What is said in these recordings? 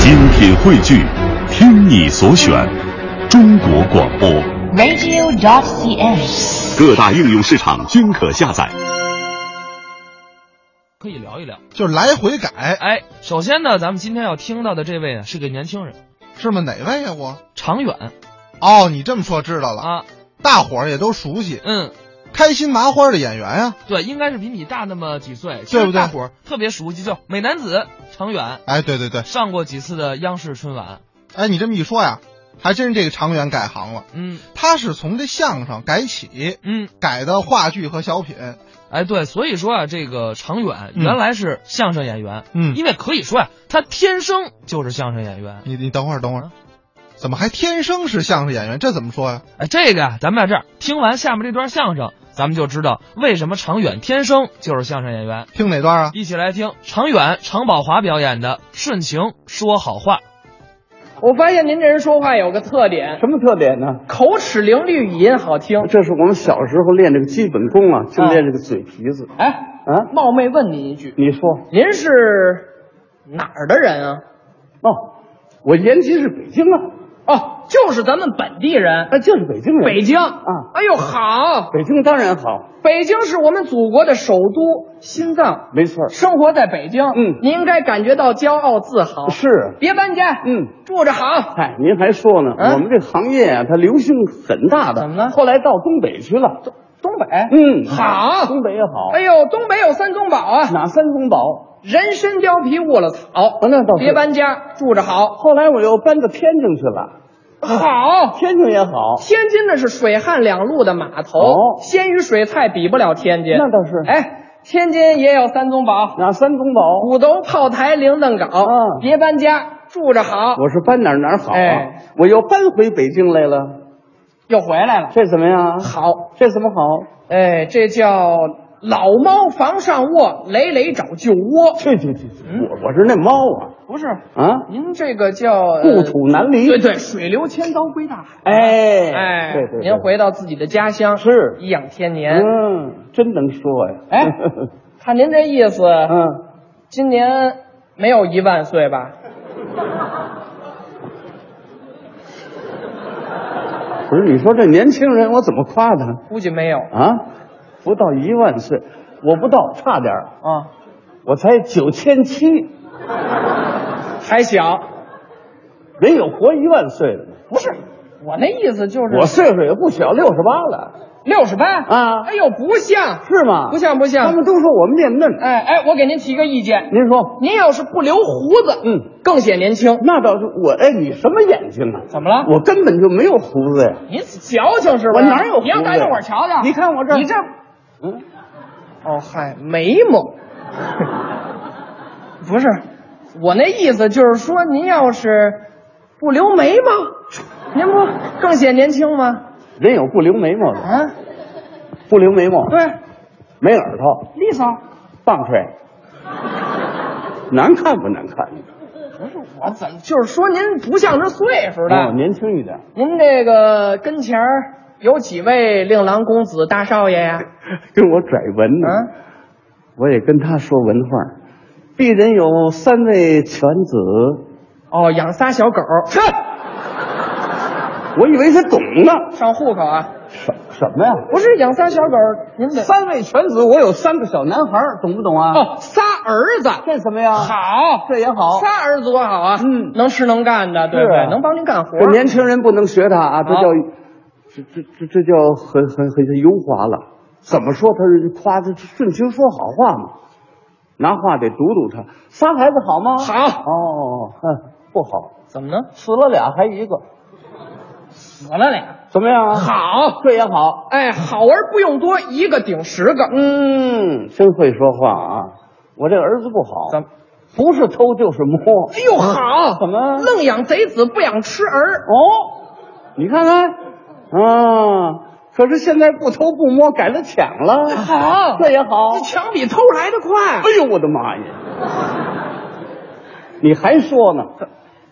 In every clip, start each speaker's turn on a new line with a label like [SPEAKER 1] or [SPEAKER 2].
[SPEAKER 1] 精品汇聚，听你所选，中国广播。
[SPEAKER 2] radio.cn。
[SPEAKER 1] 各大应用市场均可下载。
[SPEAKER 3] 可以聊一聊。
[SPEAKER 4] 就是来回改，
[SPEAKER 3] 哎，首先呢，咱们今天要听到的这位呢是个年轻人，
[SPEAKER 4] 是吗？哪位呀、我？
[SPEAKER 3] 长远
[SPEAKER 4] 哦，你这么说知道了，
[SPEAKER 3] 啊，
[SPEAKER 4] 大伙儿也都熟悉，
[SPEAKER 3] 嗯，
[SPEAKER 4] 开心麻花的演员啊。
[SPEAKER 3] 对，应该是比你大那么几岁，
[SPEAKER 4] 对不对
[SPEAKER 3] 其实大伙儿特别熟悉，就美男子长远
[SPEAKER 4] 哎，对对对，
[SPEAKER 3] 上过几次的央视春晚，
[SPEAKER 4] 哎，你这么一说呀，还真是这个长远改行了。
[SPEAKER 3] 嗯
[SPEAKER 4] 他是从这相声改起，
[SPEAKER 3] 嗯，
[SPEAKER 4] 改的话剧和小品。
[SPEAKER 3] 哎，对，所以说啊，这个长远
[SPEAKER 4] 嗯
[SPEAKER 3] 原来是相声演员，
[SPEAKER 4] 嗯
[SPEAKER 3] 因为可以说呀、他天生就是相声演员。
[SPEAKER 4] 你你等会儿等
[SPEAKER 3] 啊
[SPEAKER 4] 会儿，怎么还天生是相声演员？这怎么说呀？
[SPEAKER 3] 哎，这个呀，咱们在这儿听完下面这段相声，咱们就知道为什么长远天生就是相声演员。
[SPEAKER 4] 听哪段啊？
[SPEAKER 3] 一起来听常远、常宝华表演的《顺情说好话》。
[SPEAKER 5] 我发现您这人说话有个特点，
[SPEAKER 6] 什么特点呢？
[SPEAKER 5] 口齿伶俐，语音好听。
[SPEAKER 6] 这是我们小时候练这个基本功啊，就练这个嘴皮子。
[SPEAKER 5] 哎，
[SPEAKER 6] 啊，
[SPEAKER 5] 冒昧问您一句，
[SPEAKER 6] 你说
[SPEAKER 5] 您是哪儿的人啊？
[SPEAKER 6] 哦，我原籍是北京啊，
[SPEAKER 5] 哦，就是咱们本地人，
[SPEAKER 6] 那就是北京人。
[SPEAKER 5] 北京
[SPEAKER 6] 啊
[SPEAKER 5] 哎呦，好，
[SPEAKER 6] 北京当然好，
[SPEAKER 5] 北京是我们祖国的首都，心脏。
[SPEAKER 6] 没错儿，
[SPEAKER 5] 生活在北京，
[SPEAKER 6] 嗯
[SPEAKER 5] 您应该感觉到骄傲自豪。
[SPEAKER 6] 是。
[SPEAKER 5] 别搬家，
[SPEAKER 6] 嗯，
[SPEAKER 5] 住着好。
[SPEAKER 6] 哎，您还说呢？
[SPEAKER 5] 啊
[SPEAKER 6] 我们这行业啊，它流行很大的。
[SPEAKER 5] 怎么了
[SPEAKER 6] 后来到东北去了。
[SPEAKER 5] 东北，
[SPEAKER 6] 嗯，
[SPEAKER 5] 好
[SPEAKER 6] 东北也好。
[SPEAKER 5] 哎呦，东北有三宗宝啊，
[SPEAKER 6] 哪三宗宝？
[SPEAKER 5] 人参、貂皮、卧了草。
[SPEAKER 6] 啊那倒是
[SPEAKER 5] 别搬家，住着好。
[SPEAKER 6] 后来我又搬到天津去了，
[SPEAKER 5] 好，
[SPEAKER 6] 天津也好。
[SPEAKER 5] 天津那是水旱两路的码头，
[SPEAKER 6] 哦
[SPEAKER 5] 鲜鱼水菜比不了天津。
[SPEAKER 6] 那倒是
[SPEAKER 5] 哎，天津也有三宗宝：
[SPEAKER 6] 哪三宗宝？
[SPEAKER 5] 鼓楼、炮台、灵邓镐。
[SPEAKER 6] 啊
[SPEAKER 5] 别搬家，住着好。
[SPEAKER 6] 我是搬哪儿哪儿好啊？
[SPEAKER 5] 哎
[SPEAKER 6] 我又搬回北京来了，
[SPEAKER 5] 又回来了，
[SPEAKER 6] 这怎么样啊？
[SPEAKER 5] 好，
[SPEAKER 6] 这怎么好？
[SPEAKER 5] 哎，这叫老猫房上卧，累累找旧窝。
[SPEAKER 6] 去去去去，我我是那猫啊
[SPEAKER 5] 不是，
[SPEAKER 6] 啊，
[SPEAKER 5] 您这个叫呃
[SPEAKER 6] 故土难离。
[SPEAKER 5] 对对，水流千刀归大海。
[SPEAKER 6] 哎
[SPEAKER 5] 哎，
[SPEAKER 6] 对对，对
[SPEAKER 5] 您回到自己的家乡
[SPEAKER 6] 是
[SPEAKER 5] 颐养天年。
[SPEAKER 6] 嗯，真能说呀。
[SPEAKER 5] 哎看您这意思，
[SPEAKER 6] 嗯，
[SPEAKER 5] 今年没有一万岁吧？
[SPEAKER 6] 不是，你说这年轻人，我怎么夸他
[SPEAKER 5] 估计没有
[SPEAKER 6] 啊？不到一万岁，我不到，差点儿，
[SPEAKER 5] 啊，
[SPEAKER 6] 我才九千七，
[SPEAKER 5] 还小。
[SPEAKER 6] 人有活一万岁的呢。
[SPEAKER 5] 不是，我那意思就是
[SPEAKER 6] 我岁数也不小，六十八了，
[SPEAKER 5] 六十八
[SPEAKER 6] 啊
[SPEAKER 5] 哎呦，不像，
[SPEAKER 6] 是吗？
[SPEAKER 5] 不像不像
[SPEAKER 6] 他们都说我们面嫩。
[SPEAKER 5] 哎哎，我给您提个意见，
[SPEAKER 6] 您说，
[SPEAKER 5] 您要是不留胡子，
[SPEAKER 6] 嗯，
[SPEAKER 5] 更显年轻。
[SPEAKER 6] 那倒是我哎，你什么眼睛啊？
[SPEAKER 5] 怎么了
[SPEAKER 6] 我根本就没有胡子呀。
[SPEAKER 5] 您矫情是吧？
[SPEAKER 6] 我哪有胡子呀
[SPEAKER 5] 你让大家伙儿瞧瞧，
[SPEAKER 6] 你看我这儿
[SPEAKER 5] 你这，
[SPEAKER 6] 嗯，
[SPEAKER 5] 哦嗨，眉毛，不是，我那意思就是说，您要是不留眉毛，您不更显年轻吗？
[SPEAKER 6] 人有不留眉毛的，
[SPEAKER 5] 啊，
[SPEAKER 6] 不留眉毛，
[SPEAKER 5] 对，啊
[SPEAKER 6] 没耳朵，
[SPEAKER 5] 利索。
[SPEAKER 6] 棒槌，难看不难看？
[SPEAKER 5] 我怎么就是说您不像是岁数的？
[SPEAKER 6] 哦，年轻一点。
[SPEAKER 5] 您这个跟前儿有几位令郎公子大少爷呀、
[SPEAKER 6] 跟我拽文呢，
[SPEAKER 5] 啊
[SPEAKER 6] 我也跟他说文话。鄙人有三位犬子，
[SPEAKER 5] 哦，养仨小狗，
[SPEAKER 6] 这，我以为他懂呢。
[SPEAKER 5] 上户口啊？
[SPEAKER 6] 什什么呀？
[SPEAKER 5] 不是养仨小狗，您得
[SPEAKER 6] 三位犬子，我有三个小男孩儿，懂不懂啊？，
[SPEAKER 5] 哦，仨儿子，
[SPEAKER 6] 这怎么样？
[SPEAKER 5] 好，
[SPEAKER 6] 这也好。
[SPEAKER 5] 仨儿子多好啊，
[SPEAKER 6] 嗯
[SPEAKER 5] 能吃能干的，对不
[SPEAKER 6] 是
[SPEAKER 5] 对？
[SPEAKER 6] 啊
[SPEAKER 5] 能帮您干活。
[SPEAKER 6] 这年轻人不能学他啊，这
[SPEAKER 5] 好
[SPEAKER 6] 叫，这这这这叫很很很很油滑了。怎么说他是夸他顺情说好话嘛？拿话得堵堵他。仨孩子好吗？
[SPEAKER 5] 好，
[SPEAKER 6] 哦， 哼，不好，
[SPEAKER 5] 怎么呢？
[SPEAKER 6] 死了俩还一个，
[SPEAKER 5] 死了俩，
[SPEAKER 6] 怎么样啊？，
[SPEAKER 5] 好，
[SPEAKER 6] 这也好。
[SPEAKER 5] 哎，好而不用多，一个顶十个。
[SPEAKER 6] 嗯，真会说话啊！我这儿子不好，
[SPEAKER 5] 怎么？
[SPEAKER 6] 不是偷就是摸。
[SPEAKER 5] 哎呦，好，
[SPEAKER 6] 怎么
[SPEAKER 5] 愣养贼子不养痴儿？
[SPEAKER 6] 哦，你看看，啊，可是现在不偷不摸，改了抢了，
[SPEAKER 5] 好
[SPEAKER 6] 这也好。
[SPEAKER 5] 这抢比偷来的快。
[SPEAKER 6] 哎呦，我的妈呀！你还说呢？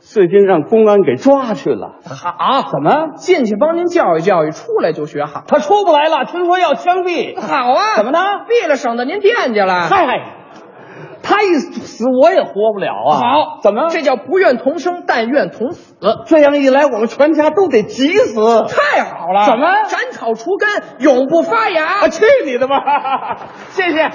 [SPEAKER 6] 最近让公安给抓去了，
[SPEAKER 5] 好，
[SPEAKER 6] 怎么？
[SPEAKER 5] 进去帮您教育教育，出来就学好。
[SPEAKER 6] 他出不来了，听说要枪毙。
[SPEAKER 5] 好啊，
[SPEAKER 6] 怎么呢
[SPEAKER 5] 啊毙了，省得您惦记了。
[SPEAKER 6] 嗨，他一死我也活不了啊！
[SPEAKER 5] 好，
[SPEAKER 6] 怎么
[SPEAKER 5] 这叫不愿同生，但愿同死。
[SPEAKER 6] 呃这样一来，我们全家都得急死！
[SPEAKER 5] 太好了！
[SPEAKER 6] 怎么
[SPEAKER 5] 斩草除根，永不发芽？
[SPEAKER 6] 啊，去你的吧！ 谢谢。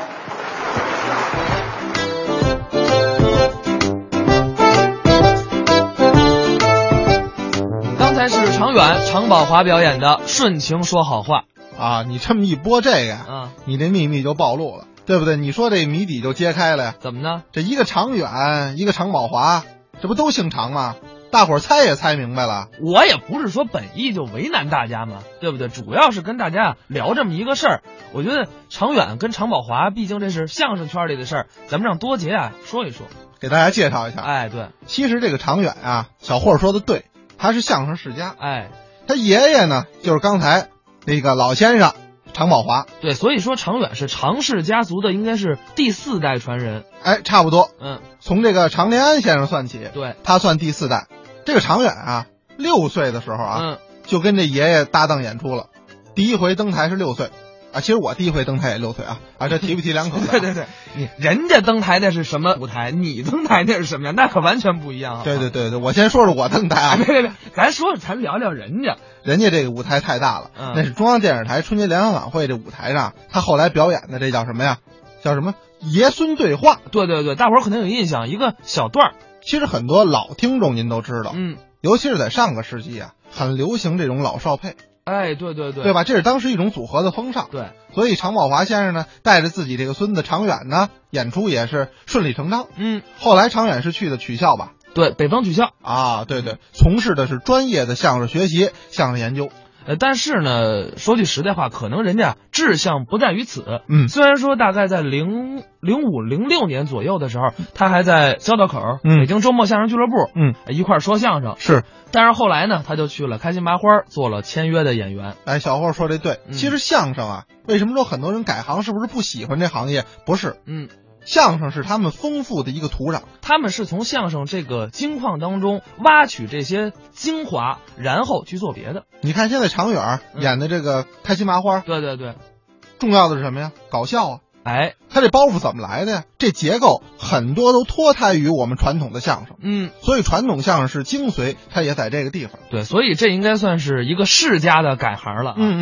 [SPEAKER 3] 刚才是常远、常宝华表演的《顺情说好话》。
[SPEAKER 4] 啊，你这么一播这个，
[SPEAKER 3] 啊，
[SPEAKER 4] 你这秘密就暴露了，对不对？你说这谜底就揭开了呀。
[SPEAKER 3] 怎么呢？
[SPEAKER 4] 这一个常远，一个常宝华，这不都姓常吗？大伙儿猜也猜明白了。
[SPEAKER 3] 我也不是说本意就为难大家嘛，对不对？主要是跟大家聊这么一个事儿。我觉得常远跟常宝华，毕竟这是相声圈里的事儿，咱们让多杰啊说一说。
[SPEAKER 4] 给大家介绍一下，
[SPEAKER 3] 哎，对，
[SPEAKER 4] 其实这个常远啊，小霍说的对，他是相声世家，
[SPEAKER 3] 哎，
[SPEAKER 4] 他爷爷呢就是刚才那个老先生常宝华，
[SPEAKER 3] 对，所以说常远是常氏家族的，应该是第四代传人。
[SPEAKER 4] 哎，差不多
[SPEAKER 3] 嗯，
[SPEAKER 4] 从这个常连安先生算起，
[SPEAKER 3] 对，
[SPEAKER 4] 他算第四代。这个常远啊，六岁的时候啊，
[SPEAKER 3] 嗯，
[SPEAKER 4] 就跟这爷爷搭档演出了，第一回登台是六岁。啊，其实我第一回登台也六岁啊，啊，这提不提两口子啊、
[SPEAKER 3] 对对对，你人家登台那是什么舞台，你登台那是什么呀？那可完全不一样。好吧啊
[SPEAKER 4] 对对 对对，我先说说我登台啊
[SPEAKER 3] 哎，，别别别，咱说咱聊聊人家。
[SPEAKER 4] 人家这个舞台太大了，
[SPEAKER 3] 嗯
[SPEAKER 4] 那是中央电视台春节联欢晚会这舞台上，他后来表演的这叫什么呀？叫什么爷孙对话？
[SPEAKER 3] 对对对，大伙儿可能有印象，一个小段儿。
[SPEAKER 4] 其实很多老听众您都知道，
[SPEAKER 3] 嗯，
[SPEAKER 4] 尤其是在上个世纪啊，很流行这种老少配，
[SPEAKER 3] 哎，对对对，
[SPEAKER 4] 对？吧？这是当时一种组合的风尚。
[SPEAKER 3] 对，
[SPEAKER 4] 所以常宝华先生呢，带着自己这个孙子常远呢，演出也是顺理成章。
[SPEAKER 3] 嗯，
[SPEAKER 4] 后来常远是去的曲校吧？
[SPEAKER 3] 对，北方曲校。
[SPEAKER 4] 啊，对
[SPEAKER 3] 嗯
[SPEAKER 4] 对，从事的是专业的相声学习、相声研究。
[SPEAKER 3] 呃，但是呢，说句实在话，可能人家志向不在于此。
[SPEAKER 4] 嗯
[SPEAKER 3] 虽然说大概在零零五零六年左右的时候，他还在交道口儿、
[SPEAKER 4] 嗯
[SPEAKER 3] 北京周末相声俱乐部，呃
[SPEAKER 4] 嗯，
[SPEAKER 3] 一块儿说相声。
[SPEAKER 4] 是
[SPEAKER 3] 但是后来呢，他就去了开心麻花，做了签约的演员。
[SPEAKER 4] 哎，小霍说这对。
[SPEAKER 3] 嗯
[SPEAKER 4] 其实相声啊，为什么说很多人改行是不是不喜欢这行业？不是，
[SPEAKER 3] 嗯，
[SPEAKER 4] 相声是他们丰富的一个土壤。
[SPEAKER 3] 他们是从相声这个金矿当中挖取这些精华，然后去做别的。
[SPEAKER 4] 你看现在常远儿
[SPEAKER 3] 嗯
[SPEAKER 4] 演的这个《开心麻花》，
[SPEAKER 3] 对对对，
[SPEAKER 4] 重要的是什么呀？搞笑啊！
[SPEAKER 3] 哎，
[SPEAKER 4] 他这包袱怎么来的呀？这结构很多都脱胎于我们传统的相声，
[SPEAKER 3] 嗯，
[SPEAKER 4] 所以传统相声是精髓，它也在这个地方。
[SPEAKER 3] 对，所以这应该算是一个世家的改行了、啊。
[SPEAKER 4] 嗯嗯。